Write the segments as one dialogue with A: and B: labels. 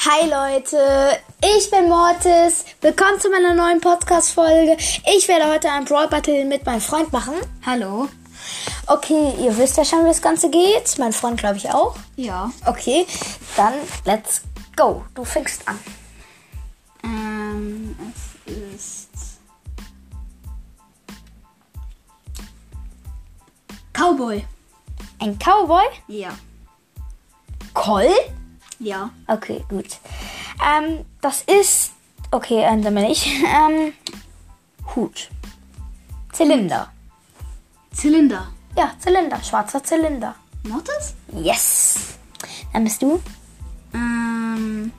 A: Hi Leute, ich bin Mortis. Willkommen zu meiner neuen Podcast-Folge. Ich werde heute ein Brawl Battle mit meinem Freund machen.
B: Hallo?
A: Okay, ihr wisst ja schon, wie das Ganze geht. Mein Freund, glaube ich, auch.
B: Ja.
A: Okay, dann let's go. Du fängst an.
B: Ähm, es ist. Cowboy.
A: Ein Cowboy?
B: Ja.
A: Cole?
B: Ja.
A: Okay, gut. Ähm, das ist. Okay, ähm, dann bin ich. Ähm, Hut. Zylinder.
B: Zylinder.
A: Ja, Zylinder. Schwarzer Zylinder.
B: Mortis?
A: Yes. Dann bist du.
B: Ähm.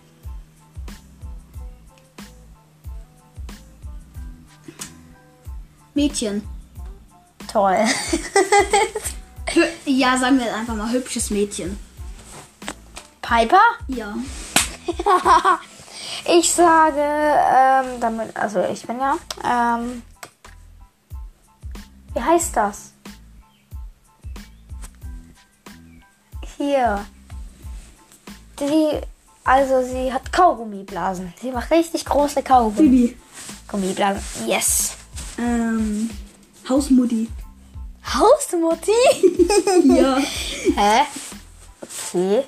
B: Mädchen.
A: Toll.
B: Hü ja, sagen wir einfach mal hübsches Mädchen.
A: Piper?
B: Ja.
A: Ich sage, ähm, damit, also ich bin ja, ähm, wie heißt das? Hier. Die, also sie hat Kaugummiblasen. Sie macht richtig große Kaugummiblasen.
B: Bibi.
A: Yes.
B: Ähm. Hausmutti.
A: Hausmutti?
B: Ja.
A: Hä? Okay.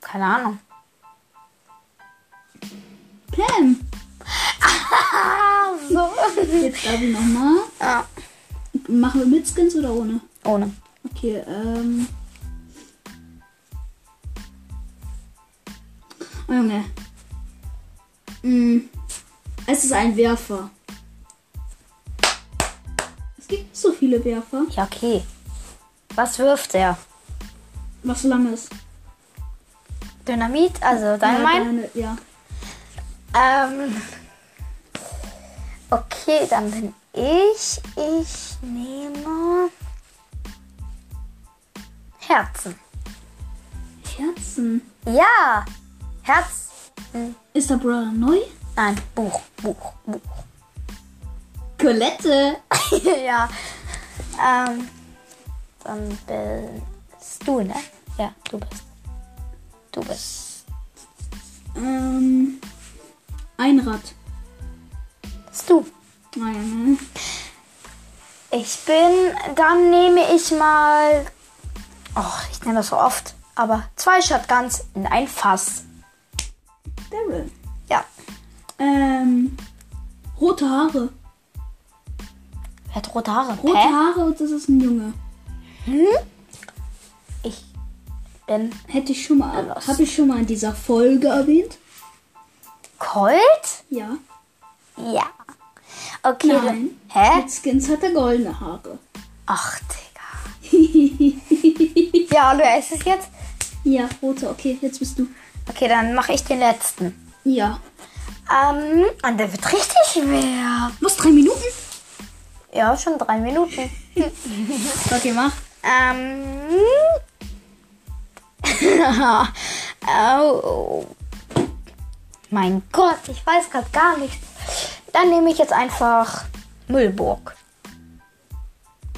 A: Keine Ahnung.
B: Pam.
A: Ah, so.
B: Jetzt darf ich nochmal.
A: ah,
B: Machen wir mit Skins oder ohne?
A: ohne.
B: Okay, ähm. Oh, Junge. Mm. Es ist ein Werfer. Es gibt so viele Werfer.
A: Ja, okay. Was wirft er?
B: Was so lange ist.
A: Dynamit, also Dynamite.
B: Deine, ja.
A: Ähm. Okay, dann bin ich. Ich nehme. Herzen.
B: Herzen.
A: Ja! Herz.
B: Ist der Brawler neu?
A: Nein, Buch, Buch, Buch.
B: Colette.
A: ja. Ähm. Dann bist du, ne? Ja, du bist. Du bist.
B: Ähm. Ein Rad.
A: Bist du.
B: Oh, Junge.
A: Ich bin, dann nehme ich mal, oh, ich nehme das so oft, aber zwei Shotguns in ein Fass.
B: Daryl.
A: Ja.
B: Ähm. Rote Haare.
A: Wer hat rote Haare?
B: Rote
A: Hä?
B: Haare und das ist ein Junge.
A: Ich bin
B: Hätte ich schon mal,
A: Los.
B: habe ich schon mal in dieser Folge erwähnt?
A: Colt?
B: Ja.
A: Ja. Okay.
B: Nein.
A: dann- Hä?
B: Mit Skins hat er goldene Haare.
A: Ach, Digga. ja, und wer ist es jetzt?
B: Ja, rote. Okay, jetzt bist du.
A: Okay, dann mache ich den letzten.
B: Ja.
A: Ähm, und der wird richtig schwer.
B: Was, drei Minuten?
A: Ja, schon drei Minuten.
B: Okay, mach.
A: Ähm. oh. Mein Gott, ich weiß gerade gar nichts. Dann nehme ich jetzt einfach Müllburg.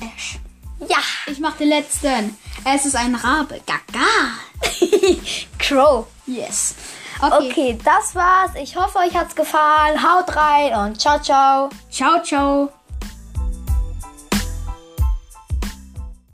B: Ash.
A: Ja.
B: Ich mach den letzten. Es ist ein Rabe. Gaga.
A: Crow.
B: Yes.
A: Okay.
B: Okay.
A: okay, das war's. Ich hoffe, euch hat's gefallen. Haut rein und ciao, ciao.
B: Ciao, ciao.